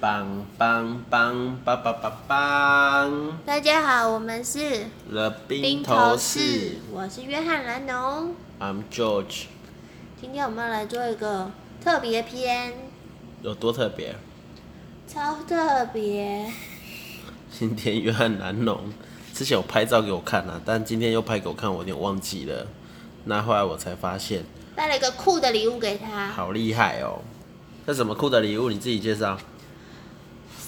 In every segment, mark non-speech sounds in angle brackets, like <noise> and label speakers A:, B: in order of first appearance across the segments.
A: 梆梆梆梆梆梆梆，
B: 大家好，我们是
A: 了冰头士
B: 我是约翰兰农。
A: ，I'm George，
B: 今天我们要来做一个特别篇，
A: 有多特别？ <laughs>
B: 超特别。
A: 今天约翰南农之前有拍照给我看啊，但今天又拍给我看，我有点忘记了。那后来我才发现，
B: 带了一个酷的礼物给他，
A: 好厉害哦！这什么酷的礼物？你自己介绍。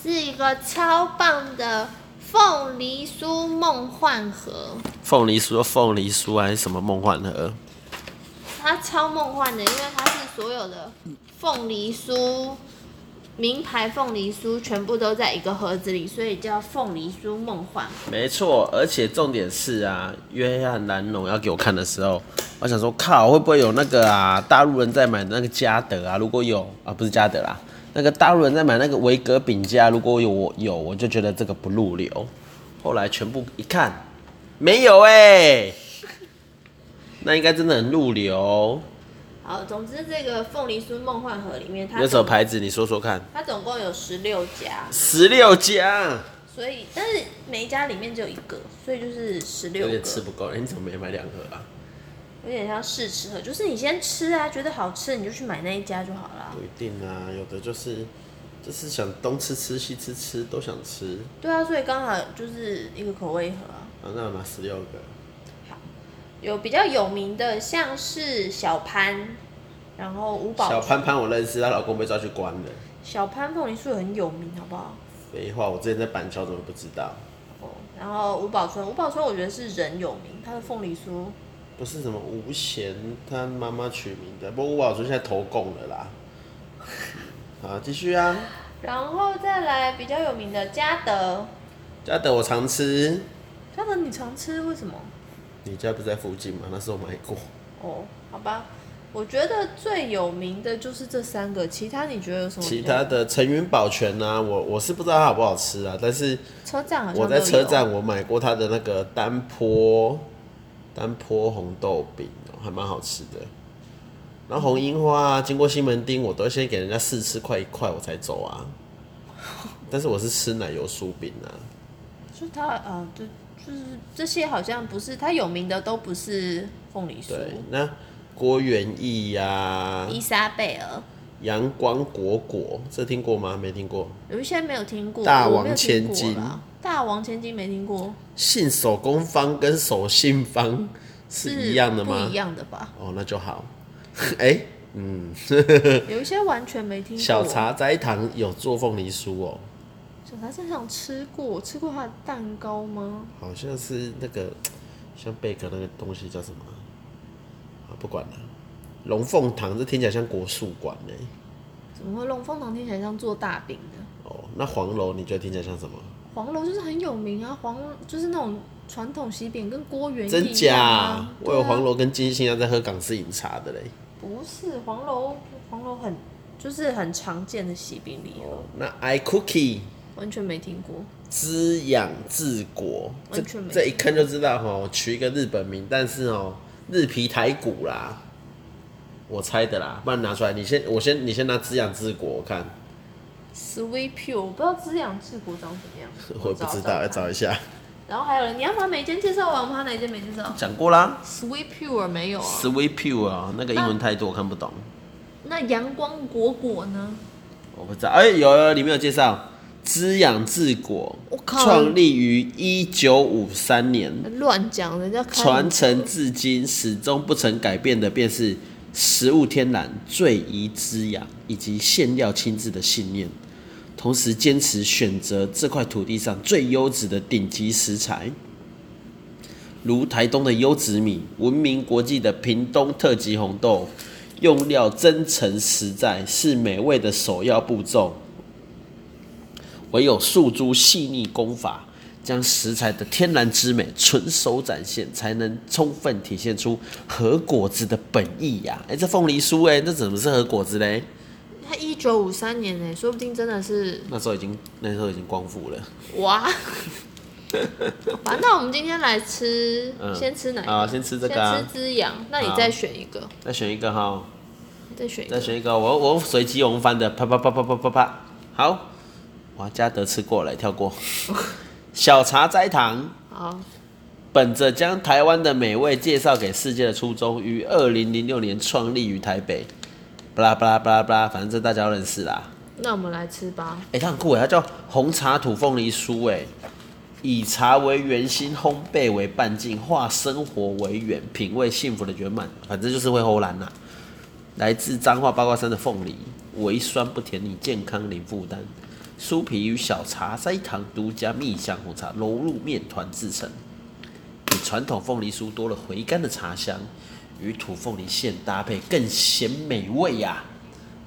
B: 是一个超棒的凤梨酥梦幻盒，
A: 凤梨酥，凤梨酥还是什么梦幻盒？
B: 它超梦幻的，因为它是所有的凤梨酥。名牌凤梨酥全部都在一个盒子里，所以叫凤梨酥梦幻。
A: 没错，而且重点是啊，约翰南农要给我看的时候，我想说靠，会不会有那个啊大陆人在买的那个嘉德啊？如果有啊，不是嘉德啦，那个大陆人在买那个维格饼家，如果有我有，我就觉得这个不入流。后来全部一看，没有哎、那应该真的很入流。
B: 好，总之这个凤梨酥梦幻盒里面，它
A: 有什么
B: 总
A: 牌子？你说说看。
B: 它总共有十六家，
A: 十六家，
B: 所以但是每一家里面只有一个，所以就是十六
A: 有
B: 个
A: 点，吃不够。哎、你怎么没买两盒啊？
B: 有点像试吃盒，就是你先吃啊，觉得好吃你就去买那一家就好啦
A: 不。一定啊，有的就是就是想东吃吃西吃吃都想吃，
B: 对啊，所以刚好就是一个口味盒啊。
A: 啊，那我拿十六个，
B: 有比较有名的像是小潘，然后五宝
A: 小潘潘我认识，她老公被抓去关了。
B: 小潘凤梨酥也很有名，好不好？
A: 废话，我之前在板桥怎么不知道？
B: 哦，然后五宝村，五宝村我觉得是人有名，它的凤梨酥
A: 不是什么吴贤他妈妈取名的，不过吴宝春现在投共了啦。好，继续啊，
B: 然后再来比较有名的嘉德，
A: 嘉德我常吃，
B: 嘉德你常吃为什么？
A: 你家不是在附近吗？那时候买过，
B: 哦，好吧，我觉得最有名的就是这三个，其他你觉得有什么
A: 其
B: 比较？
A: 他的陈云保全啊，我我是不知道它好不好吃啊，但是
B: 车站好像
A: 我在
B: 都有
A: 车站我买过它的那个单坡单坡红豆饼哦，还蛮好吃的。然后红樱花啊，经过西门町，我都先给人家试吃快一块我才走
B: <laughs>
A: 啊。但是我是吃奶油酥饼啊，
B: 就它啊，就就是这些好像不是它有名的都不是凤梨酥，
A: 对，那郭元义呀、
B: 伊莎贝尔
A: 阳光果果，这听过吗？没听过。
B: 有一些没有听过，
A: 大
B: 我没有
A: 王
B: 听
A: 千
B: 过
A: 金
B: 啦大王千金没听过，
A: 信手工坊跟手信坊是一样的
B: 不
A: 吗
B: 一？样的吧？
A: <laughs> 哦，那就好。哎、
B: 有一些完全没听过。
A: 小茶斋堂有做凤梨酥哦。
B: 小茶镇上吃过，我吃过它的蛋糕吗？
A: 好像是那个像贝壳那个东西叫什么啊？啊，不管了。龙凤堂这听起来像国术馆呢。
B: 怎么会弄凤堂听起来像做大饼的？
A: 哦，那黄楼你觉得听起来像什么？
B: 黄楼就是很有名啊，黄就是那种传统喜饼，跟郭元义
A: 真
B: 一样
A: 假？
B: 啊
A: 我有
B: 对啊
A: 黄楼跟金星要在喝港式饮茶的嘞。
B: 不是黄楼，黄楼很就是很常见的喜饼礼盒，
A: 哦，那 i cookie
B: 完全没听过。
A: 滋养治国，这
B: 完全没
A: 这一看就知道哦，取一个日本名，但是哦，日皮台骨啦，我猜的啦，不然拿出来，你先，我先，你先拿滋养治国我看，，
B: Sweet Pure，我不知道滋养治国长怎么样
A: 我也不知道，要
B: 看
A: 找一下。
B: 然后还有人，你要把每间介绍完，啊我们还有哪一间没介绍
A: 讲过啦。
B: ？Sweet Pure 没有啊？
A: Sweet Pure 啊，那个英文太多，我看不懂，
B: 那阳光果果呢？
A: 我不知道。哎、有有，里面有介绍，滋养治国
B: 我，靠
A: 创立于一九五三年，
B: 乱讲，人家开
A: 传承至今，始终不曾改变的便是食物天然、最宜滋养以及馅料亲自的信念，同时坚持选择这块土地上最优质的顶级食材。如台东的优质米，闻名国际的屏东特级红豆，用料真诚实在，是美味的首要步骤。唯有素珠细腻工法，将食材的天然之美纯手展现，才能充分体现出和果子的本意呀、哎、这凤梨酥哎、那怎么是和果子嘞？
B: 他一九五三年呢、说不定真的是
A: 那时候已经那时候已经光复了。
B: 哇。好，那我们今天来吃，先吃哪一个？
A: 啊先吃这个啊
B: 先吃滋养。那你
A: 好
B: 再选一个，
A: 再选一个哈，
B: 再选一
A: 再
B: 个。
A: 选一个，我我随机我们翻的，啪啪啪啪啪啪啪。好，哇，嘉德吃过了，跳过。小茶斋堂
B: 好，
A: 本着将台湾的美味介绍给世界的初衷，于二零零六年创立于台北。巴拉巴拉巴拉巴拉，反正这大家都认识啦。
B: 那我们来吃吧。
A: 哎、它很酷哎，它叫红茶土凤梨酥哎，以茶为圆心，烘焙为半径，化生活为圆，品味幸福的圆满，反正就是会齁蓝啦。来自彰化八卦山的凤梨，微酸不甜腻，健康零负担。酥皮与小茶塞糖独家蜜香红茶融入面团制成，比传统凤梨酥多了回甘的茶香，与土凤梨馅搭配更显美味啊呀、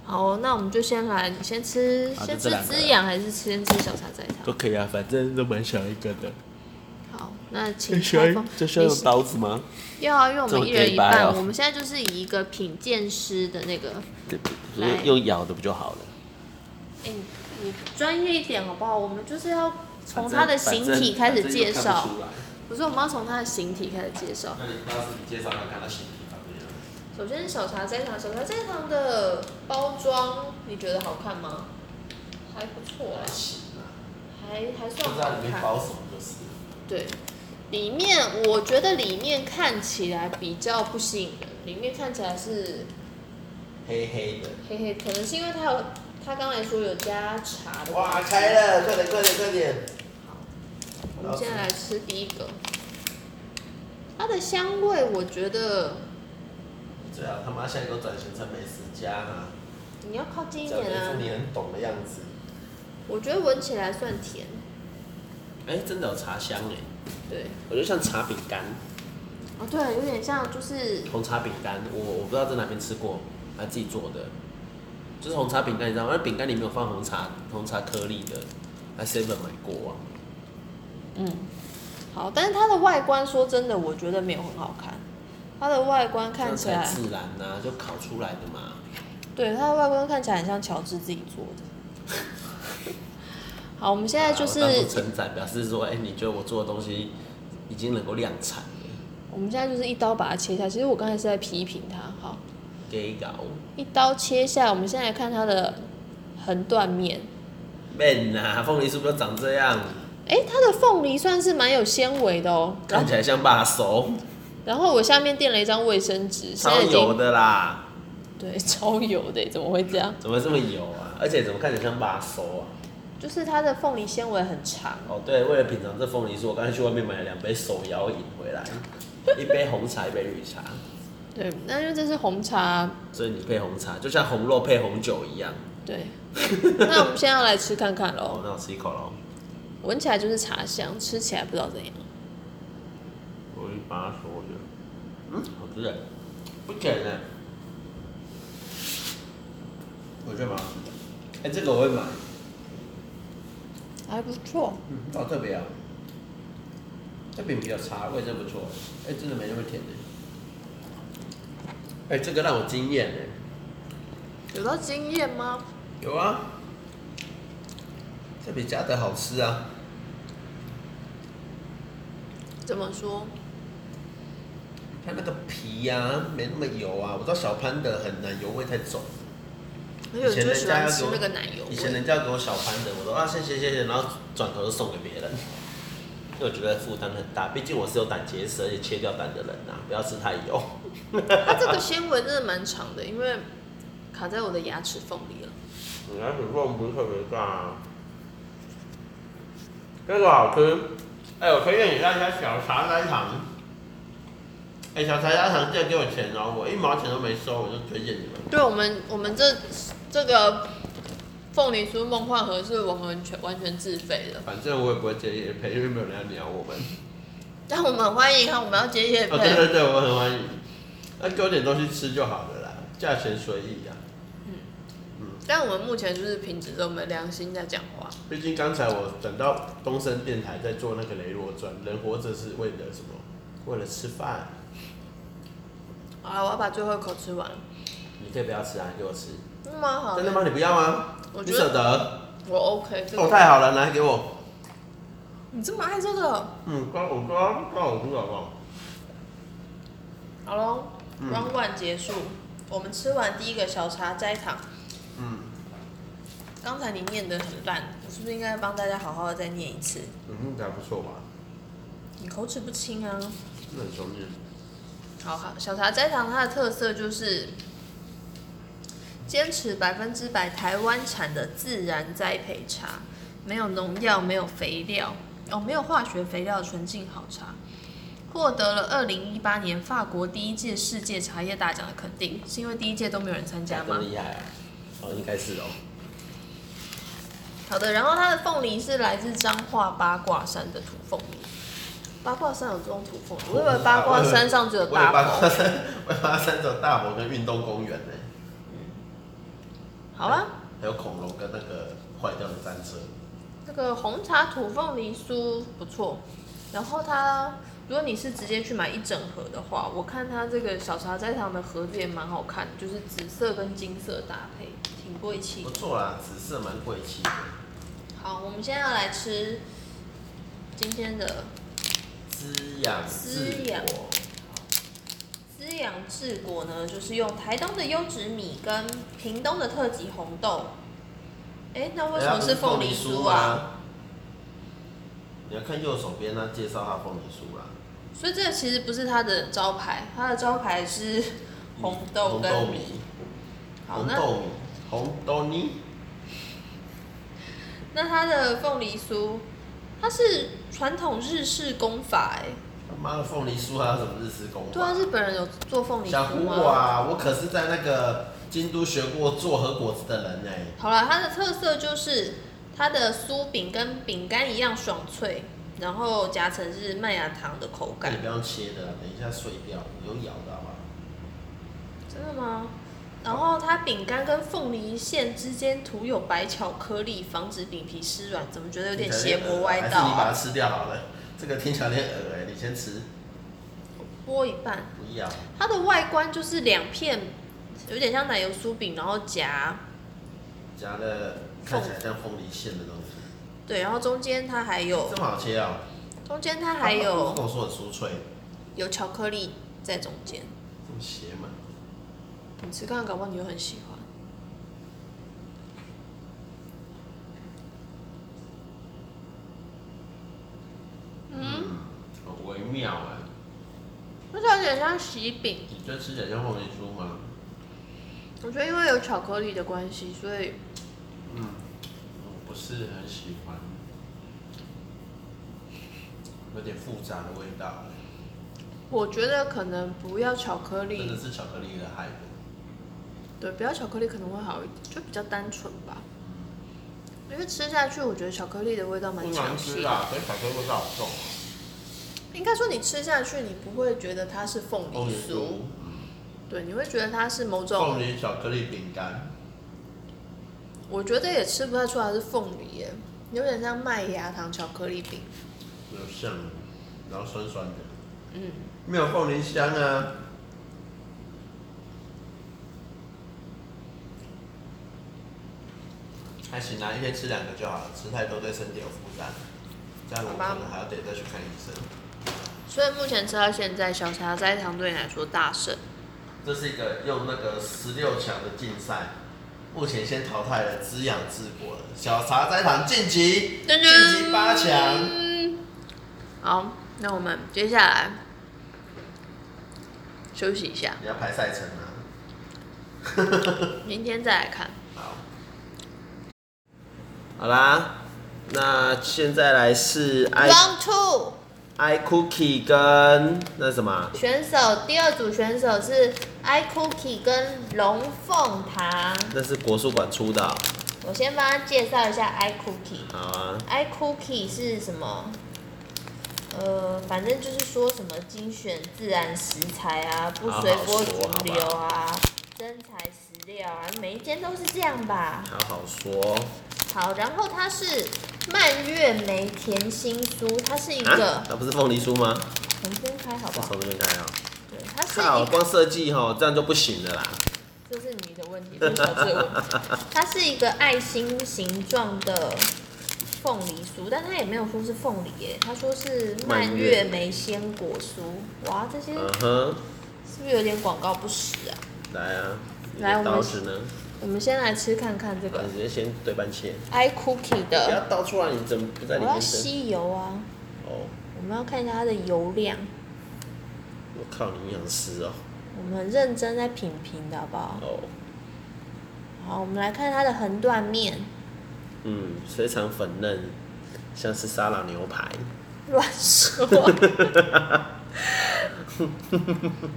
B: 好哦，那我们就先来，你先吃，
A: 好
B: 先
A: 啊就这
B: 吃
A: 两个
B: 滋养还是先吃小茶斋
A: 都
B: 汤？
A: 可以啊，反正都蛮小一个的。
B: 好，那请
A: 这需
B: 开
A: 要
B: 封。
A: 这需要
B: 你
A: 用刀子吗？
B: 要啊，因为我
A: 这
B: 们
A: 么
B: 一人
A: 给
B: 一
A: 白
B: 半，
A: 哦
B: 我们现在就是以一个品鉴师的那个，
A: 对，
B: 来
A: 用用咬的不就好了？
B: 哎、你专业一点好不好？我们就是要从它的形体开始介绍，不是我们要从它的形体开始介绍。
A: 那你要是你介绍看看到形体方面啊，
B: 首先是小茶斋堂，小茶斋堂的包装你觉得好看吗？还不错啊，
A: 行啊，
B: 还还算好看。
A: 什么就是。
B: 对，里面我觉得里面看起来比较不吸引人，里面看起来是
A: 黑黑的。
B: 黑黑，可能是因为它有它刚才说有加茶的。
A: 哇，开！了，快点，快点，快点！
B: 我们现在来吃第一个，它的香味我觉得
A: 最好他妈现在都转型成美食家啊，
B: 你要靠近一
A: 讲
B: 点
A: 一
B: 啊
A: 副，你很懂的样子。
B: 我觉得闻起来算甜，
A: 哎、真的有茶香哎，
B: 对，
A: 我觉得像茶饼干，
B: 哦对，有点像就是
A: 红茶饼干，我我不知道在哪边吃过，还自己做的，就是红茶饼干，你知道吗？那饼干里面有放红茶红茶颗粒的，还 seven 买过啊。
B: 嗯，好，但是它的外观说真的，我觉得没有很好看，它的外观看起来
A: 这样才。自然呐、就烤出来的嘛。
B: 对，它的外观看起来很像乔治自己做的。 <laughs> 好，我们现在啊就
A: 好啦我当
B: 是
A: 作称赞，表示说，哎、你觉得我做的东西已经能够量产了，
B: 我们现在就是一刀把它切下。其实我刚才是在批评它，好，
A: 给搞
B: 一刀切下。我们现在来看它的横断面，
A: man 呐、凤梨是不是长这样？
B: 哦诶，它的凤梨算是蛮有纤维的哦。
A: 看
B: 然后，
A: 起来像把手，
B: 然后我下面垫了一张卫生纸，现
A: 超
B: 在已
A: 油
B: 经
A: 的啦，
B: 对 <laughs> 超油的，怎么会这样？
A: 怎么会这么油啊？而且怎么看起来像把手啊？
B: 就是它的凤梨纤维很长，
A: 哦，对，为了品尝这凤梨酥，我刚才去外面买了两杯手摇饮回来，一杯红茶，一杯绿茶。
B: 对，那因为这是红茶，
A: 所以你配红茶，就像红肉配红酒一样。
B: 对。那我们现在要来吃看看喽
A: 哦，。那我吃一口喽。
B: 闻起来就是茶香，吃起来不知道怎样。
A: 我一把手的，嗯，好吃哎，不甜哎，我觉得蛮好吃的。哎、这个我会买，
B: 还不错，
A: 嗯，好特别啊。这饼比较差，味真不错。哎、真的没那么甜哎。哎、这个让我惊艳哎。
B: 有到惊艳吗？
A: 有啊，这比加的好吃啊。
B: 怎么说？
A: 它那个皮呀、没那么油啊。我知道小潘的很难，油味太重。
B: 而且我
A: 以前
B: 就
A: 人
B: 喜
A: 家
B: 欢
A: 要
B: 吃
A: 给我
B: 那个奶油
A: 以前
B: 味。
A: 人家给我小潘的，我都啊谢谢谢谢，然后转头就送给别人，因为我觉得负担很大，毕竟我是有胆结石而且切掉胆的人呐、不要吃太油。
B: 它啊这个纤维真的蛮长的，因为卡在我的牙齿缝里了。
A: 你牙齿缝不是特别大、啊，这个好吃，哎、我推荐你那家小茶斋糖。哎、小茶斋糖记得给我钱哦，我一毛钱都没收，我就推荐你们。
B: 对我们，我们这这个凤梨酥梦幻盒是我们全完全自费的，
A: 反正我也不会接 <laughs> 业配，因为没有人要鸟我们。
B: 但我们很欢迎啊，我们要接夜
A: 哦，对
B: 配。
A: 对对，我很欢迎。那给我点东西吃就好了啦，价钱随意啊。
B: <laughs> 但我们目前就是凭着我们的良心在讲话。
A: 毕竟刚才我转到东森电台在做那个雷罗传，人活着是为了什么？为了吃饭。
B: 好了，我要把最后一口吃完。
A: 你可以不要吃啊，给我吃。
B: 嗯蛮好
A: 真的
B: 的，
A: 吗？你不要吗？
B: 我
A: 你
B: 觉得
A: 舍得？
B: 我 OK 这
A: 哦，
B: 个。
A: 太好了，拿给我。
B: 你这么爱这个？
A: 嗯，刚我刚刚我吃好不好？
B: 好喽，晚晚结束。我们吃完第一个小茶斋糖，
A: 嗯，
B: 刚才你念的很烂，我是不是应该帮大家好好的再念一次？
A: 嗯哼，还不错吧？
B: 你口齿不清啊。
A: 那很熟练。
B: 好好，小茶斋堂它的特色就是坚持百分之百台湾产的自然栽培茶，没有农药，没有肥料，哦，没有化学肥料，纯净好茶，获得了二零一八年法国第一届世界茶叶大奖的肯定，是因为第一届都没有人参加
C: 这
B: 吗
C: 么？厉害啊！哦，应该是哦。
B: 好的，然后它的凤梨是来自彰化八卦山的土凤梨。八卦山有这种土凤梨，我以为八卦山上只有
A: 我以为
B: 大
A: 八
B: 佛
A: 卦。山，我以为八卦山只有大佛跟运动公园呢、
B: 好啊，
A: 还有恐龙跟那个坏掉的战车。
B: 那个红茶土凤梨酥不错，然后它如果你是直接去买一整盒的话，我看它这个小茶斋堂的盒子也蛮好看，就是紫色跟金色搭配，挺贵气
A: 不。错啦，紫色蛮贵气的。
B: 好，我们现在要来吃今天的
A: 滋养
B: 滋
A: 治
B: 养
A: 国，
B: 滋养治国呢，就是用台东的优质米跟屏东的特级红豆。哎，那为什么
A: 人家不
B: 是凤梨
A: 梨
B: 酥啊？
A: 啊？你要看右手边那介绍它凤梨酥啦，
B: 所以这个其实不是它的招牌，它的招牌是红豆
A: 红
B: 跟
A: 豆
B: 米。
A: 米，
B: 好，
A: 红
B: 那
A: 豆米，红豆泥，
B: 那它的凤梨酥，它是传统日式工法哎、
A: 他妈的凤梨酥还有什么日式工法？
B: 对啊，日本人有做凤梨
A: 小
B: 酥
A: 胡
B: 吗？
A: 啊，我可是在那个京都学过做和果子的人呢、
B: 好了，它的特色就是它的酥饼跟饼干一样爽脆，然后夹层是麦芽糖的口
A: 那
B: 感
A: 你。不要切的啦，等一下碎掉，有咬的好不好？
B: 真的吗？然后它饼干跟凤梨馅之间涂有白巧克力，防止饼皮湿软，怎么觉得有点邪魔歪道
A: 还是你把它
B: 啊？
A: 吃掉好了，这个听起来有点恶哎、你先吃，
B: 剥一半，
A: 不要。
B: 它的外观就是两片，有点像奶油酥饼，然后夹
A: 加了看起来像凤梨馅的东西，
B: 对，然后中间它还有
A: 这么好切哦、
B: 中间它
A: 他
B: 还有
A: 跟我说很酥脆，
B: 有巧克力在中间，
A: 这么邪门。
B: 你吃看看，搞不好你会很喜欢。
A: 嗯，很微妙哎、
B: 它有点像喜饼，
A: 你觉得吃起来像凤梨酥吗？
B: 我觉得因为有巧克力的关系，所以
A: 嗯，我不是很喜欢，有点复杂的味道、
B: 我觉得可能不要巧克
A: 真的
B: 力，
A: 是巧克力的害的。
B: 对，不要巧克力可能会好一点，就比较单纯吧。因为吃下去，我觉得巧克力的味道蛮
A: 不
B: 强
A: 难吃啊
B: 烈。
A: 啦，所以巧克力味道好重、啊。
B: 应该说你吃下去，你不会觉得它是凤梨酥，对，你会觉得它是某
A: 嗯凤
B: 种，
A: 梨巧克力饼干，
B: 我觉得也吃不太出来是凤梨耶，有点像麦芽糖巧克力饼。
A: 有像，然后酸酸的，
B: 嗯，
A: 没有凤梨香啊。还行啊啦，一天吃两个就好了，吃太多对身体有负担。这样我
B: 好吧
A: 可能还要得再去看医生。
B: 所以目前吃到现在，小茶斋糖对你来说大胜。
A: 这是一个用那个十六强的竞赛，目前先淘汰了滋养治国的小茶斋堂晋级，晋级八强。
B: 好，那我们接下来休息一下，
A: 你要排赛程啊。
B: 明天再来看。
A: 好，好啦，那现在来是 i
D: Round Two
A: i cookie 跟那什么啊
D: 选手第二组选手是 i cookie 跟龙凤堂。
A: 那是国术馆出的哦、
D: 我先帮他介绍一下 i cookie。
A: 好啊，
D: i cookie 是什么？呃，反正就是说什么精选自然食材啊，不随波逐流啊，真材实料啊，每一间都是这样吧。
A: 好好说。
D: 好，然后它是蔓越莓甜心酥，它是一
A: 啊
D: 个，
A: 那不是凤梨酥吗？
D: 从分开好不好？
A: 从这边开啊、
D: 对，它是
A: 靠，
D: 一个，
A: 光设计哈，这样就不行
D: <laughs>
A: 了啦。
D: 这是你的问题，不是我嗯这问题。它是一个爱心形状的凤梨酥，但它也没有说是凤梨耶，它说是蔓越莓鲜果酥。哇，这些
A: <laughs> 嗯哼，
D: 是不是有点广告不实啊？
A: 来啊，你
B: 来
A: 的
B: 我们
A: 刀子呢？
B: 我们先来吃看看这
A: 好
B: 个
A: 你直接先对半切，
E: 呃 i cookie
D: 呃
A: 不
E: 的，
A: 要倒出来，你怎么不在
E: 我
A: 里
E: 要
A: 面蒸？
E: 吸油啊，
A: 哦，
E: 我们要看一下它的油量，
A: 我靠，你营养师哦，
E: 我们很认真在品评的好不好？
A: 哦，
E: 好，我们来看它的横断面，
A: 嗯，非常粉嫩，像是沙拉牛排，
E: 乱
B: <laughs>
E: 说。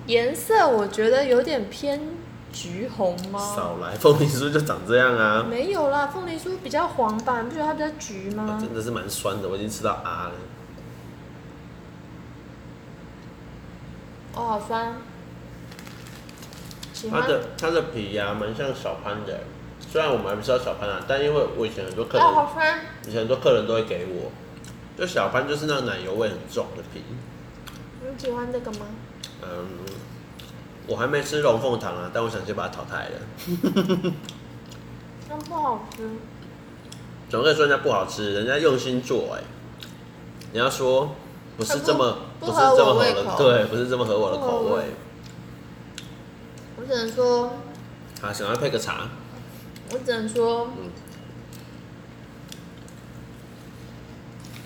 E: 颜色我觉得有点偏橘红吗？
A: 少来，凤梨酥就长这样啊，
E: 没有啦，凤梨酥比较黄吧，你不觉得它比较橘
A: 啊
E: 吗？
A: 真的是蛮酸的，我已经吃到啊了，
E: 哦，好酸。喜欢哦
A: 它的它的皮呀、蛮像小潘的，虽然我们还不知道小潘啊，但因为我以前很多客
E: 哦，
A: 人，
E: 好酸。
A: 以前很多客人都会给我，就小潘就是那个奶油味很重的皮，
E: 你喜欢这个吗？
A: 嗯，我还没吃龙凤糖啊，但我想先把它淘汰了。
E: 那不好吃。
A: 总可以说人家不好吃，人家用心做哎、你要说不是这么
E: 不
A: 是
E: 不合
A: 这么
E: 我
A: 合
E: 胃
A: 的
E: 口嗯
A: 对，不是这么合我的
E: 不合
A: 口
E: 我
A: 味。
E: 我只能说，
A: 好，想要配个茶，
E: 我只能说，
A: 嗯。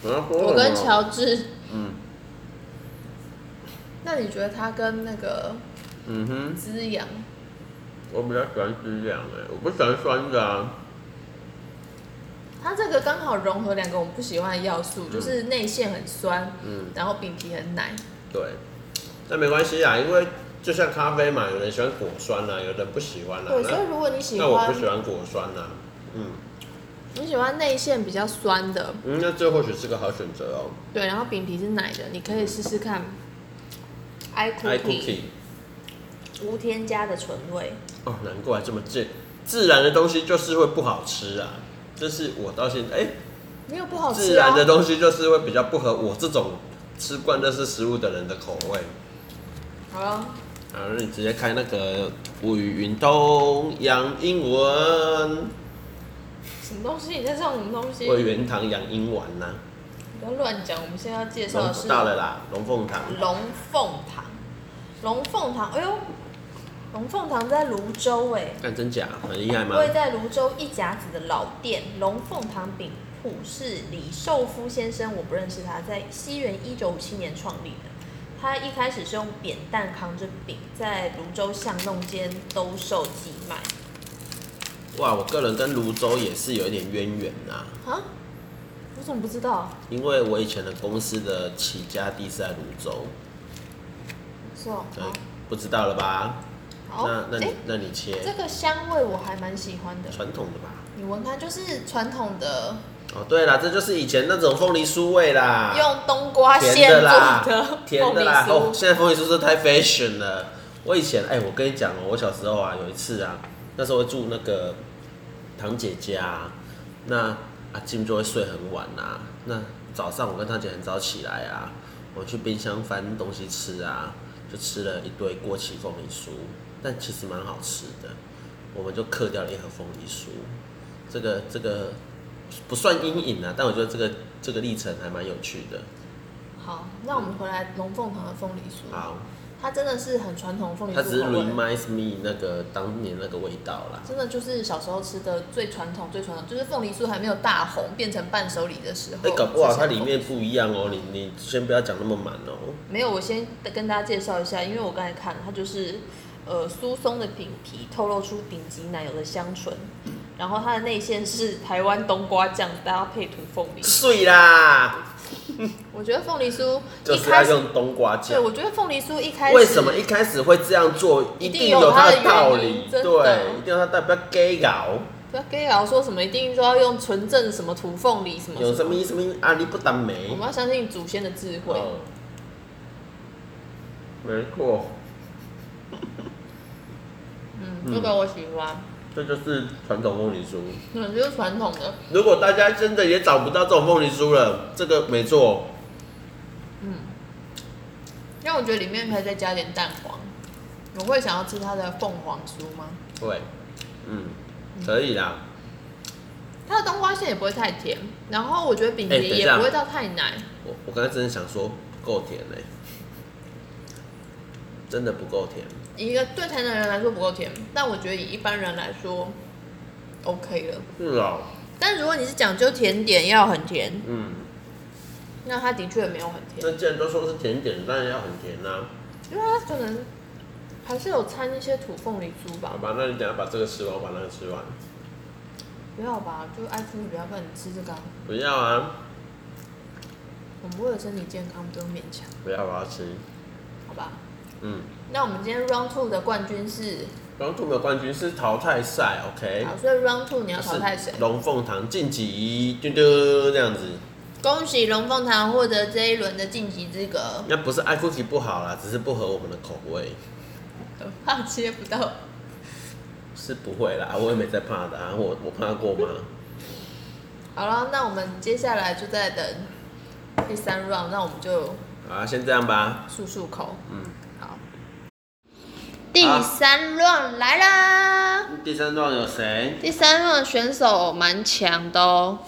A: 我要说
B: 我
A: 什
B: 跟
A: 么
B: 乔治，
A: 哦嗯
B: <laughs> 那你觉得它跟那个
A: 嗯哼，
B: 滋养
A: 我比较喜欢吃这样哎、我不喜欢酸的啊。
B: 它这个刚好融合两个我们不喜欢的要素，就是内馅很酸，
A: 嗯，
B: 然后饼皮很奶。
A: 对，但没关系啊，因为就像咖啡嘛，有人喜欢果酸啊，有人不喜欢啊。
B: 对，所以
A: 那
B: 如果你喜
A: 那我不
B: 欢
A: 喜欢果酸啊。嗯
B: 你喜欢内馅比较酸的，
A: 嗯，那这或许是个好选择哦。
B: 对，然后饼皮是奶的，你可以试试看。i
A: i
B: cookie，
A: cookie。
E: 无添加的纯味。
A: 哦，难怪这么自自然的东西就是会不好吃啊！这是我到现在哎、
B: 没有不好
A: 自
B: 吃
A: 然
B: 啊
A: 的。东西就是会比较不合我这种吃惯这式食物的人的口味。
B: 好了，
A: 啊，那你直接开那个吴语云通养英文，
B: 什么东西？你在唱什么东西？
A: 味元堂养英文呐、
B: 不要乱讲。我们现在要介绍
A: 龙
B: 的是嗯
A: 大了啦，龙凤堂。
B: 龙凤堂，
E: 龙凤堂，哎呦，龙凤堂在泸州哎、
A: 干真假很厉害吗？
E: 位在泸州一甲子的老店龙凤堂饼铺是李寿夫先生，我不认识他，在西元一九五七年创立的。他一开始是用扁担扛着饼，在泸州巷弄间兜售寄卖。
A: 哇，我个人跟泸州也是有一点渊源呐、
E: 啊？我怎么不知道？
A: 因为我以前的公司的起家地是在泸州，
E: 是哦。
A: 对，不知道了吧？
E: 好，
B: 哦
A: 那那
E: 哎、
A: 你那你切
B: 这个香味我还蛮喜欢的。
A: 传统的吧？
B: 你闻它就是传统的，
A: 哦，对啦，这就是以前那种凤梨酥味啦，
B: 用冬瓜
A: 甜
B: 馅
A: 的
B: 做
A: 啦，
B: 凤
A: 啊甜的
B: 梨
A: 啦。哦，
B: 酥。
A: 现在凤梨酥是太 fashion 了。我以前哎、我跟你讲哦，我小时候啊，有一次啊，那时候住那个堂姐家、那阿静就会睡很晚啊。那早上我跟堂姐很早起来啊，我去冰箱翻东西吃啊，就吃了一堆过期凤梨酥，但其实蛮好吃的。我们就嗑掉了一盒凤梨酥，这个这个不算阴影啊，但我觉得这个这个历程还蛮有趣的。哦
B: 好，那我们回来龙凤堂的凤梨酥，
A: 好，
B: 它真的是很传统的凤梨
A: 啊它只是
B: 酥口味，
A: reminds me 那个当年那个味道啦。
B: 真的就是小时候吃的最传统、最传统，就是凤梨酥还没有大红变成伴手礼的时候。
A: 哎、搞不好它里
B: 面。
A: 面不一样哦，你你先不要讲那么满哦。
B: 没有，我先跟大家介绍一下，因为我刚才看它就是，呃，酥松的饼皮透露出顶级奶油的香醇，然后它的内馅是台湾冬瓜酱搭配土凤
A: <laughs>
B: 梨。
A: 碎啦，
B: 我觉得凤梨酥
A: 就
B: 一
A: 是要
B: 开始，
A: 用冬瓜
B: 对，
A: 酱。
B: 我觉得凤梨酥一开始
A: 为什么一开始会这样做？
B: 一
A: 一
B: 定
A: 定
B: 有
A: 有
B: 它
A: 它
B: 的
A: 的道
B: 原因
A: 理，
B: 真的
A: 对，一定有它的道理，不要 gay 搞。
B: 不要跟老说什么一定说要用纯正什么土凤梨什么
A: 有
B: 什
A: 什么
B: 么，
A: 什么阿里不当没
B: 我？们要相信祖先的智慧。
A: 哦没错，
B: 嗯，这个我喜欢，
A: 这就是传统凤梨酥。
B: 嗯，就是传统的，
A: 如果大家真的也找不到这种凤梨酥了，这个没错，
B: 因为我觉得里面可以再加点蛋黄。嗯我会想要吃它的凤凰酥吗？
A: 对，嗯，可以啦。
B: 它的冬瓜馅也不会太甜，然后我觉得饼
A: 哎
B: 皮
A: 等一
B: 也
A: 下
B: 不会到太奶。
A: 我我刚才真的想说不够甜嘞、真的不够甜。
B: 以一个对台南人来说不够甜，但我觉得以一般人来说， OK 了。
A: 是哦，
B: 但如果你是讲究甜点，要很甜，
A: 嗯，
B: 那它的确没有很甜，
A: 那既然都说是甜点，当然要很甜啦、
B: 因为它可能还是有掺一些土凤梨酥吧
A: 好。吧，那你等一下把这个吃完，我把那个吃完。
B: 不要吧，就爱吃不要，不然你吃这个啊。
A: 不要啊，
B: 我们为了身体健康，不用勉强，
A: 不要，我要吃。
B: 好吧？
A: 嗯，
B: 那我们今天 Round Two 的冠军是，
A: 刚兔的冠军是淘汰赛，OK。
B: 好，所以 Round Two 你要淘汰谁
A: 是？龙凤堂晋级，嘟嘟这样子。
B: 恭喜龙凤堂获得这一轮的晋级资格。
A: 那不是爱 cookie 不好啦，只是不合我们的口味，
B: 很怕接不到，
A: 是不会啦，我也没在怕的啊，我我怕过吗？
B: 好了，那我们接下来就在等第三 round，那我们就
A: 好啊，先这样吧。
B: 漱漱口。
A: 嗯，
B: 好，第三 round 来啦！
A: 第三段有谁？
B: 第三 round 选手蛮强的哦，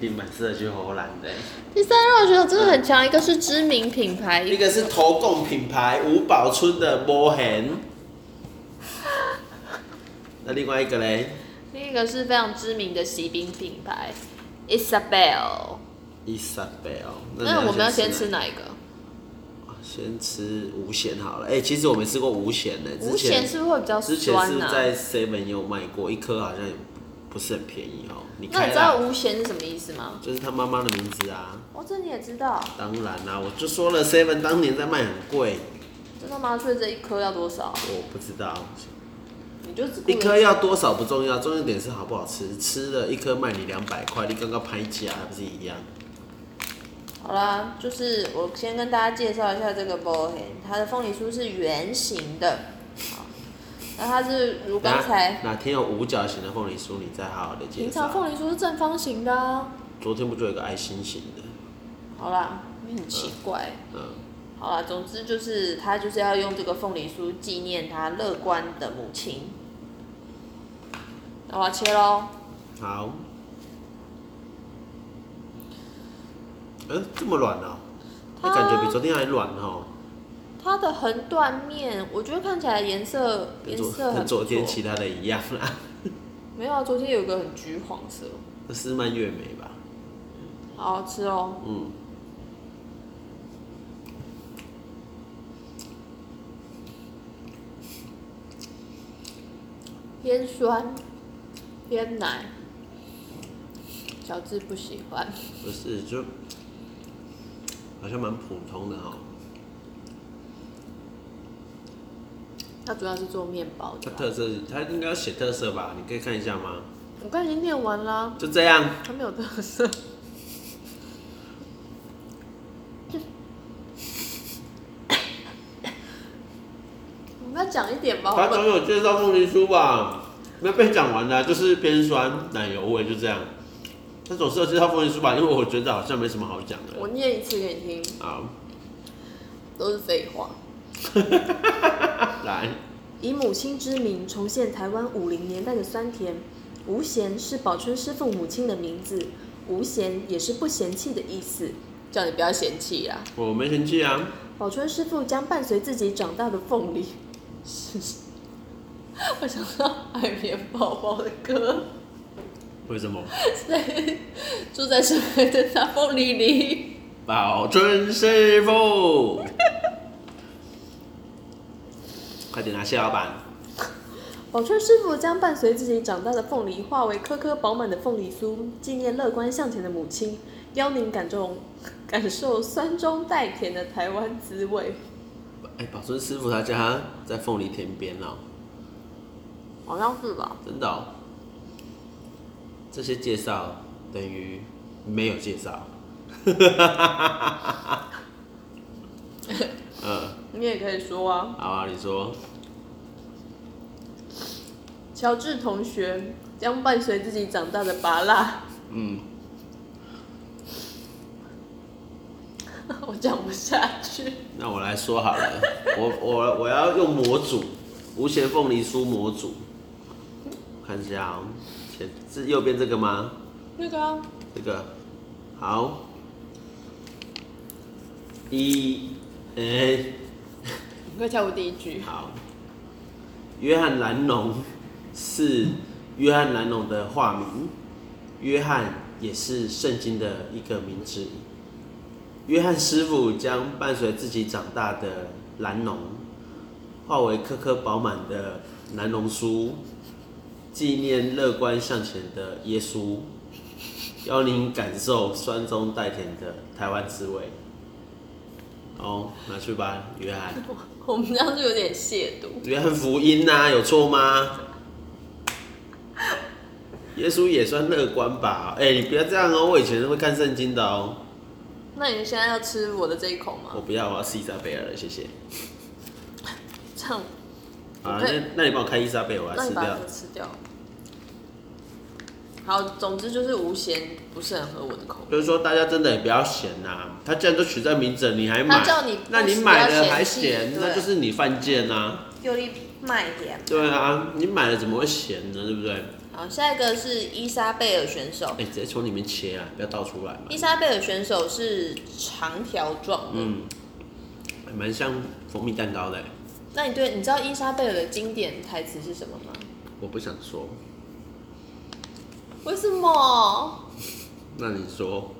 A: 你蛮适合去荷兰的欸、
B: 第三 round 选手真的很强，一个是知名品牌，
A: 一个是投共品牌五宝村的摩痕，那另外一个嘞，
B: 另一个是非常知名的喜饼品牌 Isabel。
A: 伊莎贝哦。
B: 那
A: 你
B: 我们要先吃
A: 哪？
B: 哪一个？
A: 先吃无咸好了。哎、其实我没吃过无咸呢、之
B: 无
A: 前
B: 咸是不是会比较
A: 之前
B: 酸啊
A: 是
B: 呢、
A: 在啊 Seven 有卖过，一颗好像也不是很便宜哦、你
B: 那
A: 开
B: 你知道
A: 啦，
B: 无咸是什么意思吗？
A: 就是他妈妈的名字啊。
B: 哦，这你也知道，
A: 当然啦、我就说了，Seven 当年在卖很贵，
B: 真的吗？所以这一颗要多少？
A: 我不知道。
B: 你就只顾
A: 一
B: 着
A: 颗要多少不重要，重要点是好不好吃。吃了一颗卖你两百块，你刚刚拍价还不是一样？
B: 好啦，就是我先跟大家介绍一下这个 b o h e n 它的凤梨酥是圆形的，好，那它是如刚才
A: 哪哪天有五角形的凤梨酥，你再好好的介
B: 平常
A: 绍。
B: 凤梨酥是正方形的、啊，
A: 昨天不就有一个爱心型的？
B: 好啦，你很奇怪。
A: 嗯，
B: 好啦，总之就是他就是要用这个凤梨酥纪念他乐观的母亲。那我要切喽，
A: 好。呃、这么软哦、那感觉比昨天还软哦、
B: 它的横断面我觉得看起来颜色
A: 跟
B: 颜
A: 昨
B: 色
A: 跟
B: 很
A: 昨天
B: 不错
A: 其他的一样啦。
B: 没有啊，昨天有一个很橘黄色，
A: 那是蔓越莓吧？
B: 好好吃哦。
A: 嗯，
B: 偏酸，偏奶，小智不喜欢。
A: 不是，就好像蛮普通的哦、
B: 他主要是做面包
A: 它
B: 的啦。啊
A: 特色，它应该要写特色吧？你可以看一下吗？
B: 我刚已经念完啦，
A: 就这样，
B: 他没有特色。我们要讲一点吧，
A: 他
B: 我
A: 总
B: 们
A: 有介绍凤梨酥吧？没被讲完啦、就是偏酸奶油味，就这样。他总是有介绍凤梨酥吧？因为我觉得好像没什么好讲
B: 我
A: 的。
B: 念一次给你听，
A: 好，
B: 都是废话。
A: 来，
F: 以母亲之名重现台湾五零年代的酸甜。无咸是宝春师傅母亲的名字，无咸也是不嫌弃的意思。
B: 叫你不要嫌弃啦。
A: 我没生气啊。
F: 宝春师傅将伴随自己长大的凤
B: <laughs>
F: 梨， <laughs>
B: 我想到海绵宝宝的歌，
A: 为什么？
B: 住在深海的大凤梨里。
A: 宝春师傅， <laughs> 快点拿谢老板。
F: 宝春师傅将伴随自己长大的凤梨化为颗颗饱满的凤梨酥，纪念乐观向前的母亲，邀您感中感受酸中带甜的台湾滋味。
A: 哎、宝春师傅他家在凤梨田边哦、
B: 好像是吧？
A: 真的、哦。这些介绍等于没有介绍。
B: 你也可以说啊。
A: 好啊，你说。
F: 乔治同学将伴随自己长大的拔蜡，
B: <laughs>
A: 嗯，
F: 我讲不下去。
A: 那我来说好了，我我我要用模组，无弦凤梨酥模组，看一下哦、前是右边这个吗？
F: 那个、啊、
A: 这个，好，一，哎、
F: 你快跳过第一句。
A: 好，约翰·兰农是约翰·兰农的化名，约翰也是圣经的一个名字。约翰师傅将伴随自己长大的兰农，化为颗颗饱满的兰农树，纪念乐观向前的耶稣，邀您感受酸中带甜的台湾滋味。哦，拿去吧，约翰。
B: 我们这样就有点亵渎。
A: 约翰福音呐、有错吗？耶稣也算乐观吧？哎、你不要这样哦，我以前是会看圣经的哦。
B: 那你现在要吃我的这一口
A: 我
B: 吗？
A: 不要，我要吃伊莎贝尔了，谢谢。
B: 这样，
A: 好啦，
B: 我可以
A: 那那你帮我开伊莎贝尔，我要
B: 那
A: 吃
B: 你把
A: 掉
B: 这。个吃掉。好，总之就是无咸不是很合我的口味。
A: 就是说，大家真的也不要嫌呐、他既然都取在名字，你还买，
B: 他叫你
A: 那你
B: 不要
A: 买了
B: 嫌
A: 还
B: 弃
A: 嫌，
B: 对
A: 那就是你犯贱呐、啊。
B: 又一卖点。
A: 对啊，你买了怎么会嫌呢？对不对？哎、
B: 好，下一个是伊莎贝尔选手。
A: 直接从里面切啊，不要倒出来嘛。
B: 伊莎贝尔选手是长条状的。
A: 嗯，还蛮像蜂蜜蛋糕的欸、
B: 那你对你知道伊莎贝尔的经典台词是什么吗？
A: 我不想说，
B: 为什么？
A: 那你说，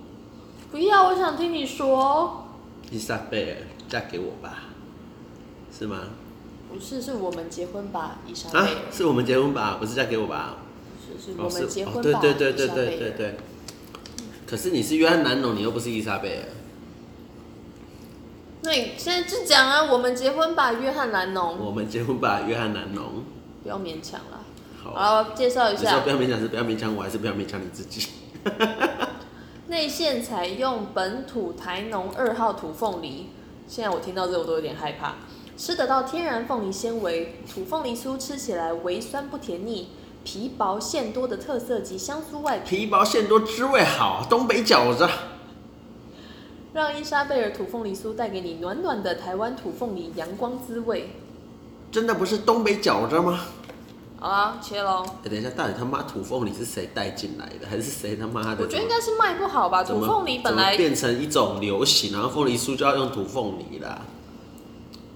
B: 不要，我想听你说。
A: 伊莎贝尔嫁给我吧，是吗？
B: 不是，是我们结婚吧，伊莎贝
A: 啊
B: 尔。，
A: 是我们结婚吧，不是嫁给我吧？
B: 是是
A: 哦
B: 嗯我
A: 是
B: 们结
A: 哦
B: 婚吧，
A: 对对对对
B: 伊莎
A: 对
B: 贝
A: 对
B: 尔。
A: 对。可是你是约翰南农，你又不是伊莎贝尔。
B: 那你现在就讲啊，我们结婚吧，约翰兰农。
A: 我们结婚吧，约翰南农。
B: 不要勉强啦。
A: 好啊，
B: 好，介绍一
A: 你说
B: 下
A: 不要勉强是不要勉强我，还是不要勉强你自己？
B: 内线采用本土台农二号土凤梨。现在我听到这我都有点害怕。吃得到天然凤梨纤维，土凤梨酥吃起来微酸不甜腻，皮薄馅多的特色及香酥外皮。
A: 皮薄馅多，滋味好，东北饺子。
B: 让伊莎贝尔土凤梨酥带给你暖暖的台湾土凤梨阳光滋味。
A: 真的不是东北饺子吗？
B: 好啦，切喽。
A: 哎等一下，到底他妈土凤梨是谁带进来的，还是谁他妈的？
B: 我觉得应该是卖不好吧，
A: 怎
B: 啊土
A: 么
B: 凤梨本
A: 怎么
B: 来
A: 变成一种流行，然后凤梨酥就要用土凤梨啦。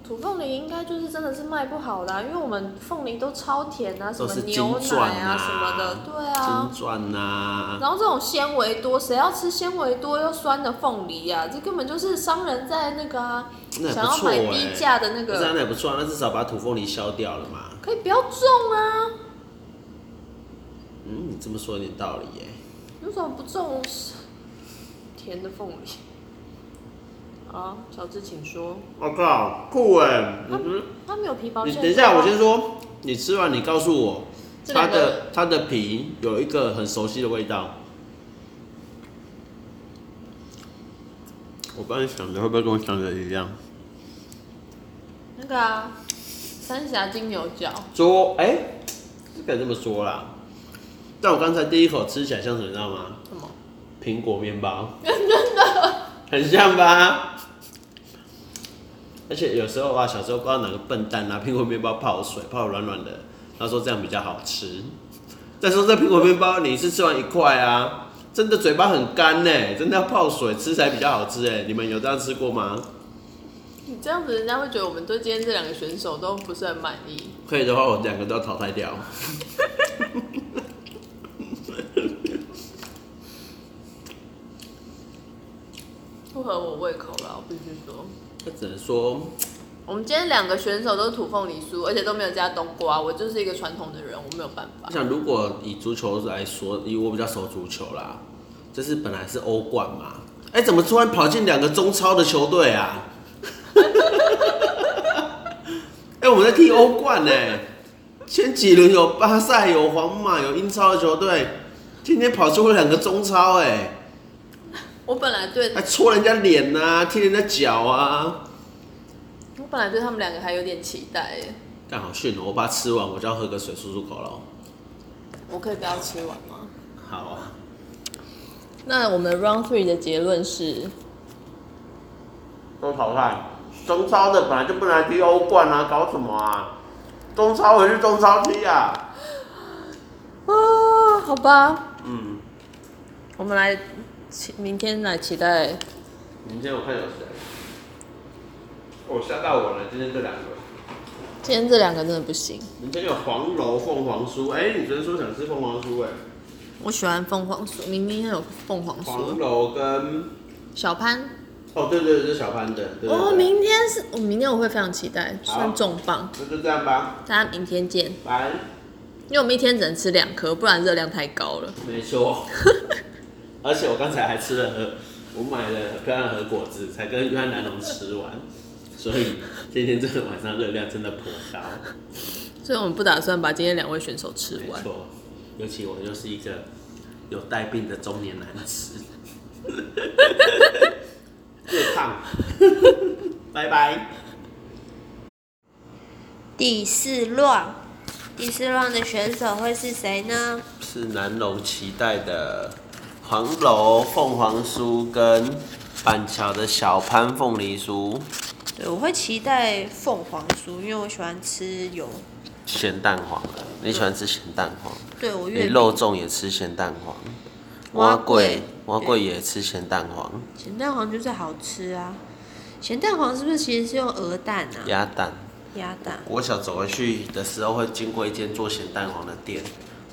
B: 土凤梨应该就是真的是卖不好啦、因为我们凤梨都超甜啊，什
A: 都
B: 么
A: 是金
B: 牛
A: 钻
B: 奶
A: 啊
B: 啊什么的，对啊
A: 金。钻啊呐、
B: 然后这种纤维多，谁要吃纤维多又酸的凤梨呀、这根本就是商人在那个啊，
A: 那也
B: 想
A: 不
B: 要
A: 错
B: 买
A: 哎、
B: 低价的那
A: 不是啊
B: 个，
A: 那也不错、啊，那至少把土凤梨削掉了嘛。
B: 可以不要种啊，
A: 嗯，你这么说有点道理耶、
B: 为什么不种甜的凤梨？啊，乔治，请说。
A: 我靠，酷哎、
B: 它没有皮啊薄
A: 你
B: 馅。
A: 等一下，我先说，你吃完你告诉我，
B: 这
A: 它
B: 两个
A: 的它的皮有一个很熟悉的味道。我刚才想着会不会跟我想的一样？
B: 那个啊，三峡金牛角，
A: 说，哎、不敢这么说啦。但我刚才第一口吃起来像什么，你知道吗？
B: 什么？
A: 苹果面包，真的很像吧？而且有时候啊，小时候不知道哪个笨蛋拿、苹果面包泡水，泡软软的，他说这样比较好吃。再说这苹果面包，你是吃完一块啊，真的嘴巴很干呢、真的要泡水吃才比较好吃哎、你们有这样吃过吗？
B: 你这样子，人家会觉得我们对今天这两个选手都不是很满意。
A: 可以的话，我两个都要淘汰掉。
B: 不合我胃口啦，我必须说。
A: 那只能说，
B: 我们今天两个选手都是土凤梨酥，而且都没有加冬瓜。我就是一个传统的人，我没有办法
A: 我。想如果以足球来说，以我比较熟足球啦，就是本来是欧冠嘛，哎、怎么突然跑进两个中超的球队啊？ <laughs> 哎、我们在踢欧冠呢、前几轮有巴萨、有皇马、有英超的球队，今天跑出了两个中超、哎，
B: 我本来对
A: 还戳人家脸呐、啊，踢人家脚啊，
B: 我本来对他们两个还有点期待耶。
A: 干好逊哦！我把它吃完，我就要喝个水漱漱口了。
B: 我可以不要吃完吗？
A: 好啊，
B: 那我们 round three 的结论是，
A: 都淘汰。中超的本来就不能来踢欧冠啊，搞什么啊？中超回去中超踢啊。
B: 啊，好吧，
A: 嗯，
B: 我们来期明天来期待。
A: 明天我看有谁。哦，吓到我了，今天这两个。
B: 今天这两个真的不行，
G: 人家有黄楼凤凰酥，哎、你昨天说想吃凤凰酥、哎，
B: 我喜欢凤凰酥，明明有凤凰
A: 啊
G: 黄
B: 酥。
G: 楼跟
B: 小潘，
G: 哦，对对对，是小潘的，对对对
B: 哦，明天是，我明天我会非常期待，
G: 好
B: 算重磅，
G: 那就这样吧，
B: 大家明天见。
G: 拜，
B: 因为我们一天只能吃两颗，不然热量太高了。
G: 没错， <laughs> 而且我刚才还吃了核，我买了漂亮的核果子，才跟约翰南龙吃完，
A: <laughs>
G: 所以今天这个晚上热量真的颇高，
B: 所以我们不打算把今天两位选手吃
G: 没
B: 完。
G: 错，尤其我又是一个有带病的中年男
A: <laughs>
G: 子，又胖，拜拜。
E: 第四 round，第四 round 的选手会是谁呢？
A: 是南龙期待的黄楼凤凰酥跟板桥的小潘凤梨酥，
E: 对，我会期待凤凰酥，因为我喜欢吃油。
A: 咸蛋黄的。你喜欢吃咸蛋黄？
B: 嗯
E: 对我
A: 你
E: 月饼
A: 肉粽也吃咸蛋黄，
E: 蛙
A: 蛙
E: 粿
A: 粿蛙粿也吃咸蛋黄，
B: 嗯
E: 咸蛋黄就是好吃啊。咸蛋黄是不是其实是用鹅蛋啊？
A: 鸭蛋。
E: 鸭蛋。
A: 我小走回去的时候会经过一间做咸蛋黄的店，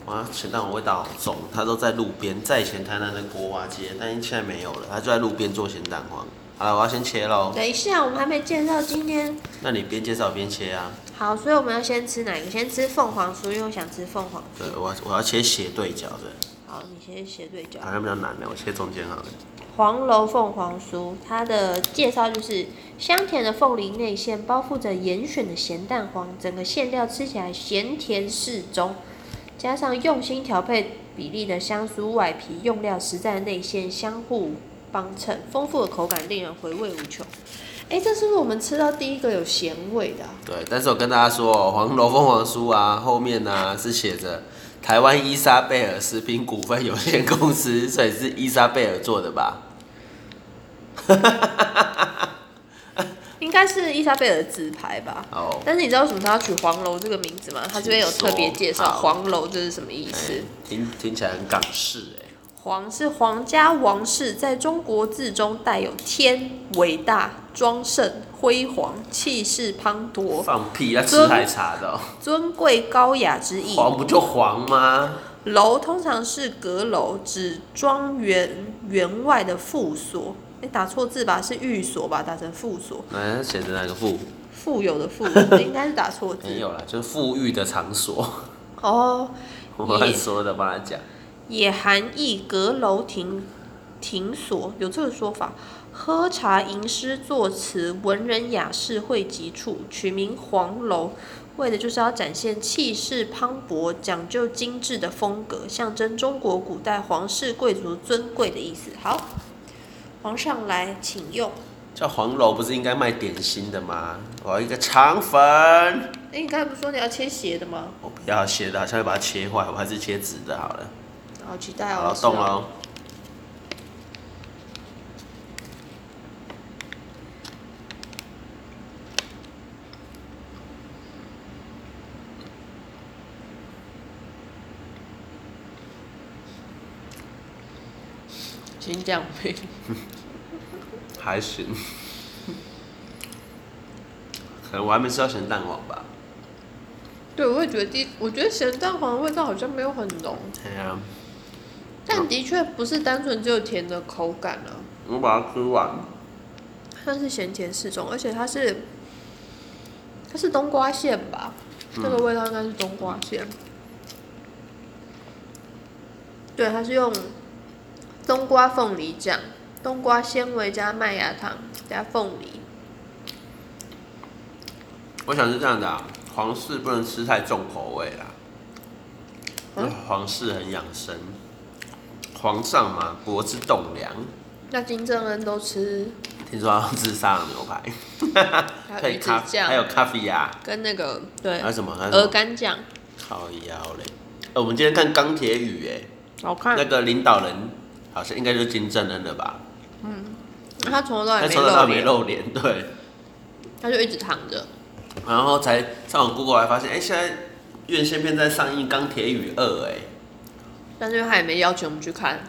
A: 哇，咸蛋黄味道好重，它都在路边，在以前台南的国华街，但现在没有了，它就在路边做咸蛋黄。好了，我要先切喽，
E: 等一下，我们还没介绍今天。
A: 那你边介绍边切啊。
E: 好，所以我们要先吃哪个？先吃凤凰酥，因为我想吃凤凰酥
A: 对，。我要我要切斜对角的，
E: 好，你先斜对角。
A: 好像比较难的，我切中间好了。
E: 黄楼凤凰酥，它的介绍就是香甜的凤梨内馅包覆着严选的咸蛋黄，整个馅料吃起来咸甜适中，加上用心调配比例的香酥外皮，用料实在的内馅相互帮衬，丰富的口感令人回味无穷。哎，这是不是我们吃到第一个有咸味的啊、
A: 对，但是我跟大家说哦，黄楼凤凰酥啊，后面呢、是写着台湾伊莎贝尔食品股份有限公司，所以是伊莎贝尔做的吧？
B: 应该是伊莎贝尔的纸牌吧？
A: 哦，
B: 但是你知道为什么他要取黄楼这个名字吗？他这边有特别介绍
A: 好
B: 黄楼这是什么意思
A: 哎。听听起来很港式哎、
B: 皇是皇家王室，在中国字中带有天、伟大、庄盛、辉煌、气势磅礴、
A: 放屁，要吃海茶的、哦，
B: 尊贵高雅之意。
A: 黄不就黄吗？
B: 楼通常是阁楼，指庄园园外的副所。哎，打错字吧？是寓所吧？打成副所，
A: 那哎写的哪个富？
B: 富
A: <laughs>
B: 有的富，应该是打错
A: 哎没
B: 字。
A: 有啦，就是富裕的场所。
B: 哦，
A: 我乱说的，帮他讲。
B: 也含义阁楼亭亭所，有这个说法。喝茶吟诗作词，文人雅士汇集处，取名黄楼，为的就是要展现气势磅礴、讲究精致的风格，象征中国古代皇室贵族尊贵的意思。好，皇上来，请用。
A: 叫黄楼不是应该卖点心的吗？我要一个肠粉。
B: 哎，你刚才不是说你要切斜的吗？
A: 我不要斜的，好像会把它切坏，我还是切直的好了。
B: 好期待
A: 好
B: 哦
A: 了，！动
B: 是哦
A: 喽。
B: 哦先这样呗。
A: 还行。 <laughs> 可能我还没吃到咸蛋黄吧。
B: 对，我也觉得第，我觉得咸蛋黄的味道好像没有很浓，
A: 对呀，
B: 但的确不是单纯只有甜的口感啊，
A: 我把它吃完。
B: 它是咸甜适中，而且它是它是冬瓜馅吧，
A: 嗯
B: 那个味道应该是冬瓜馅。对，它是用冬瓜凤梨酱、冬瓜纤维加麦芽糖加凤梨。
A: 我想是这样的、啊，皇室不能吃太重口味啦，
B: 嗯
A: 因为皇室很养生。皇上嘛，国之栋梁，
B: 那金正恩都吃
A: 听说要吃沙朗牛排，
B: 还
A: 可
B: 有
A: 以
B: 鱼子
A: 咖，还有
B: 酱
A: 咖啡呀，
B: 跟那个对
A: 还有什么？还有
B: 鹅
A: 什么？
B: 肝酱，
A: 靠腰嘞！呃，我们今天看钢铁雨，哎，
B: 好看
A: 那。个领导人好像应该就是金正恩了吧？
B: 他从头到
A: 他
B: 尾没
A: 从头到
B: 露
A: 尾没
B: 脸，
A: 露脸，对。
B: 他就一直躺着。
A: 然后才上网 Google 还发现，哎、现在院线片在上映《钢铁雨二》，哎，
B: 但是他也没邀请我们去看，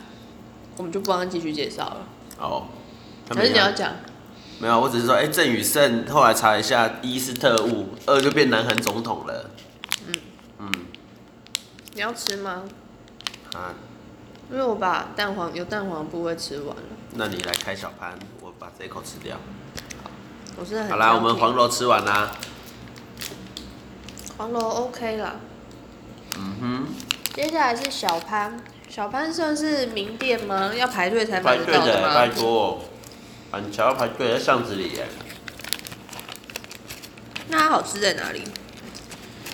B: 我们就不帮他继续介绍了。
A: 哦，他
B: 还是
A: 没
B: 你要
A: 看
B: 讲，
A: 没有，我只是说，哎、郑宇胜后来查一下，一是特务，二就变南韩总统了。
B: 嗯
A: 嗯
B: 你要吃吗？
A: 啊，
B: 因为我把蛋黄有蛋黄的部位吃完了，
A: 那你来开小盘，我把这一口吃掉。
B: 我真的很
A: 好啦，
B: 挑
A: 我们
B: 剔
A: 黄楼吃完啦。
B: 黄楼 OK 啦。
A: 嗯
B: 接下来是小潘，小潘算是名店吗？要排队才
A: 哼，
B: 买
A: 排
B: 得
A: 队
B: 到
A: 的，拜
B: 吗？
A: 托，板桥排队在巷子里耶。
B: 那它好吃在哪里？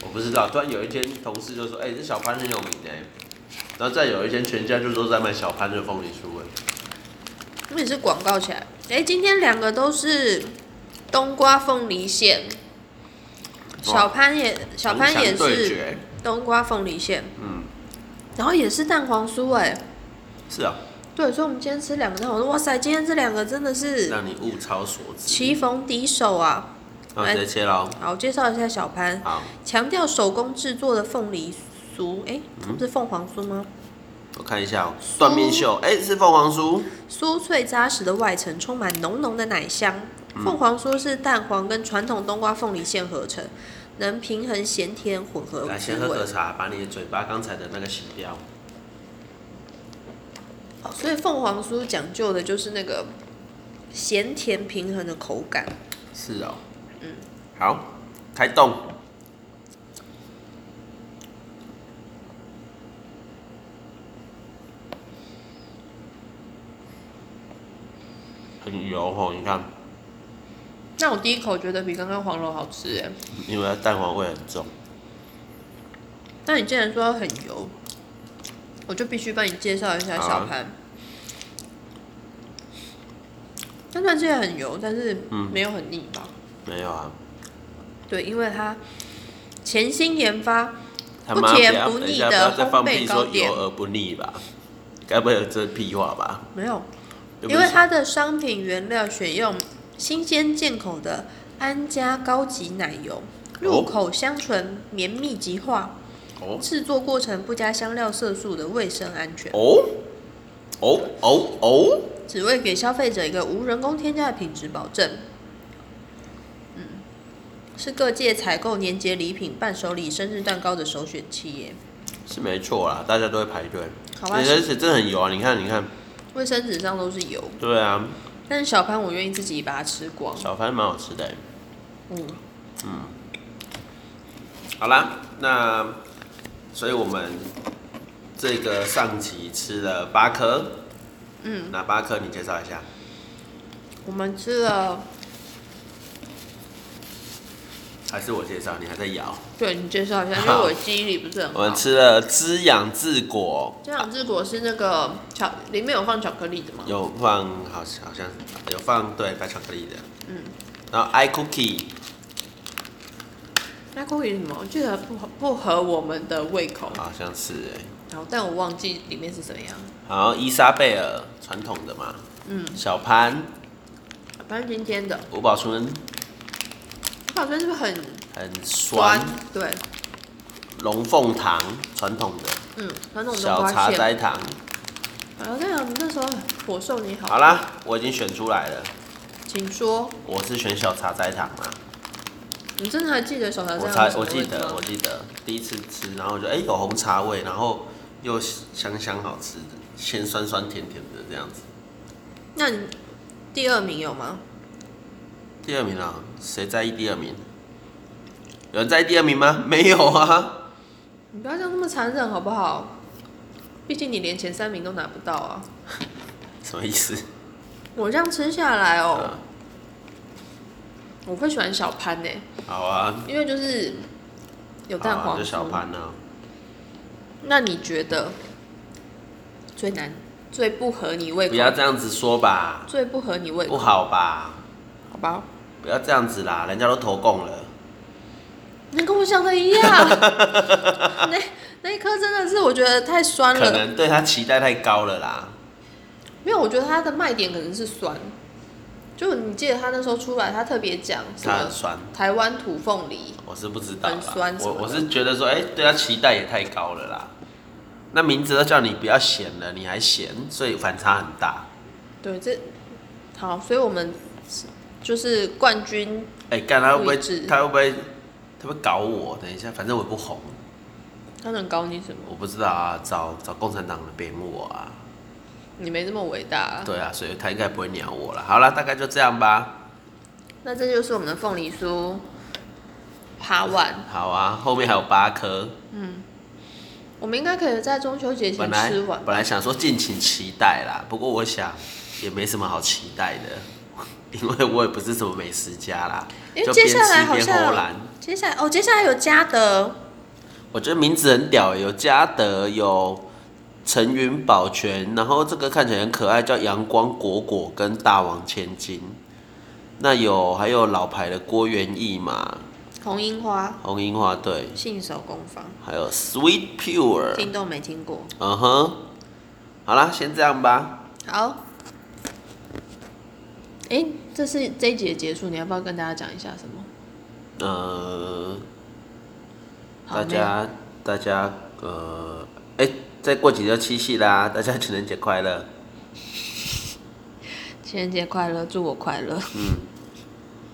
A: 我不知道，突然有一天同事就说，哎、这小潘很有名哎。然后再有一天，全家就都在卖小潘的凤梨酥哎。
B: 那也是广告起来。哎、今天两个都是冬瓜凤梨馅，小潘也小潘也
A: 强强对
B: 是
A: 决，
B: 冬瓜凤梨馅，
A: 嗯，
B: 然后也是蛋黄酥哎、
A: 是啊，
B: 对，所以我们今天吃两个蛋黄酥，哇塞，今天这两个真的是
A: 让你物超所值。
B: 棋逢敌手啊！
A: 那直接切喽。
B: 好，我介绍一下小潘，
A: 好，
B: 强调手工制作的凤梨酥，哎、
A: 嗯
B: 是凤凰酥吗？
A: 我看一下哦，断面秀，哎、是凤凰酥。
B: 酥脆扎实的外层，充满浓浓的奶香。
A: 嗯
B: 凤凰酥是蛋黄跟传统冬瓜凤梨馅合成，能平衡咸甜混合
A: 来，
B: 滋
A: 先喝
B: 味
A: 个。茶，把你的嘴巴刚才的那个洗掉。
B: 哦所以凤凰酥讲究的就是那个咸甜平衡的口感。
A: 是哦。嗯。好，开动。很油哦，你看，
B: 那我第一口觉得比刚刚黄楼好吃哎，
A: 因为它蛋黄味很重。
B: 那你既然说很油，我就必须帮你介绍一下
A: 好
B: 小
A: 啊
B: 潘。它虽然吃起来很油，但是
A: 嗯
B: 没有很腻吧？
A: 没有啊，
B: 对，因为它潜心研发，
A: 他
B: 不
A: 妈
B: 甜
A: 要
B: 不
A: 等一
B: 腻
A: 下，不
B: 的
A: 要再
B: 烘
A: 放
B: 焙
A: 屁
B: 糕
A: 说
B: 点
A: 油而不腻吧？该不会有这屁话吧？
B: 没有，
A: 又不
B: 因为
A: 是
B: 它的商品原料选用新鲜进口的安佳高级奶油，入口香醇、绵密极化，
A: 哦
B: 制作过程不加香料、色素的卫生安全，
A: 哦哦哦哦，
B: 只为给消费者一个无人工添加的品质保证。嗯，是各界采购年节礼品、伴手礼、生日蛋糕的首选企业。
A: 是没错啦，大家都会排队。
B: 好吧
A: 欸而且真的很油啊！你看，你看，
B: 卫生纸上都是油，
A: 对啊，
B: 但是小潘我愿意自己把它吃光。
A: 小番蛮好吃的欸。
B: 嗯，
A: 好啦，那所以我们这个上集吃了八颗，嗯，哪八颗？你介绍一下。
B: 我们吃了，
A: 还是我介绍？你还在咬。
B: 对你介绍一下，因为
A: 好
B: 我记忆力不是很好。
A: 我们吃了滋养治果，
B: 这两只果是那个巧，里面有放巧克力的吗？
A: 有放好像好像有放对白巧克力的，嗯，然后 i cookie
B: 那锅底是什么？我记得不合不合我们的胃口，
A: 好像是哎、
B: 然后但我忘记里面是怎么样。
A: 然后伊莎贝尔传统的嘛，嗯，小潘
B: 反正今天的，
A: 五宝村
B: 我感觉是不是很
A: 很
B: 酸
A: 酸，？
B: 对，
A: 龙凤堂传统的
B: 嗯，传统冬
A: 小
B: 瓜
A: 茶
B: 馅。
A: 斋糖。
B: 然后那我们那时候火送你好，
A: 好啦，我已经选出来了，
B: 请说，
A: 我是选小茶斋糖嘛。
B: 你真的还记得小茶
A: 我
B: 这
A: 才
B: 样
A: 我记得我记得第一次吃，然后我就哎、有红茶味，然后又香香好吃的，鲜酸酸甜甜的这样子。
B: 那你第二名有吗？
A: 第二名啊，谁在意第二名？有人在意第二名吗？没有啊。
B: 你不要这样那么残忍好不好？毕竟你连前三名都拿不到啊！
A: 什么意思？
B: 我这样吃下来哦
A: 啊，
B: 我会喜欢小潘呢、
A: 好啊，
B: 因为就是有蛋
A: 好啊
B: 黄酥、
A: 就小潘啊。
B: 那你觉得最难、最不合你胃口
A: 不、要这样子说吧，
B: 最不合你胃
A: 不
B: 口？
A: 好吧？
B: 好吧，
A: 不要这样子啦，人家都投共了。
B: 那跟我想的一样。
A: <laughs>
B: 那那一颗真的是我觉得太酸
A: 可
B: 了，
A: 能对他期待太高了啦。
B: 没有，我觉得它的卖点可能是酸。就你记得他那时候出来，他特别讲什
A: 它
B: 么
A: 很酸
B: 台湾土凤梨，
A: 我是不知道啦
B: 很酸什
A: 我
B: 么的
A: 我是觉得说，哎、对他期待也太高了啦。那名字都叫你不要咸了，你还咸，所以反差很大。
B: 对，这好，所以我们就是冠军
A: 哎、干他会不会
B: 位置
A: 他会不会他会不会搞我？等一下，反正我也不红，
B: 他能搞你什么？
A: 我不知道啊，找找共产党的边牧我啊，
B: 你没这么伟大啊。
A: 对啊，所以他应该不会鸟我了。好了，大概就这样吧。
B: 那这就是我们的凤梨酥爬完，
A: 好啊，后面还有八颗，
B: 我们应该可以在中秋节前
A: 本来
B: 吃完。
A: 本来想说敬请期待啦，不过我想也没什么好期待的， <laughs> 因为我也不是什么美食家啦，
B: 因为
A: 就
B: 接
A: 边
B: 下来
A: 吃
B: 好
A: 边
B: 像
A: 偷
B: 有
A: 懒。
B: 接下来哦，接下来有嘉德，
A: 我觉得名字很屌欸，有嘉德，有陈云保全，然后这个看起来很可爱，叫阳光果果跟大王千金。那有还有老牌的郭元义嘛，
B: 红樱花，
A: 红樱花队，
B: 信手工坊，
A: 还有 Sweet Pure，
B: 听都没听过。
A: 嗯哼，好啦，先这样吧。
B: 好，哎、这是这一集的结束，你要不要跟大家讲一下什么？
A: 呃，
B: 好
A: 大家大家呃，哎、再过几天就七夕啦，大家情人节快乐。
B: 情人节快乐，祝我快乐。
A: 嗯，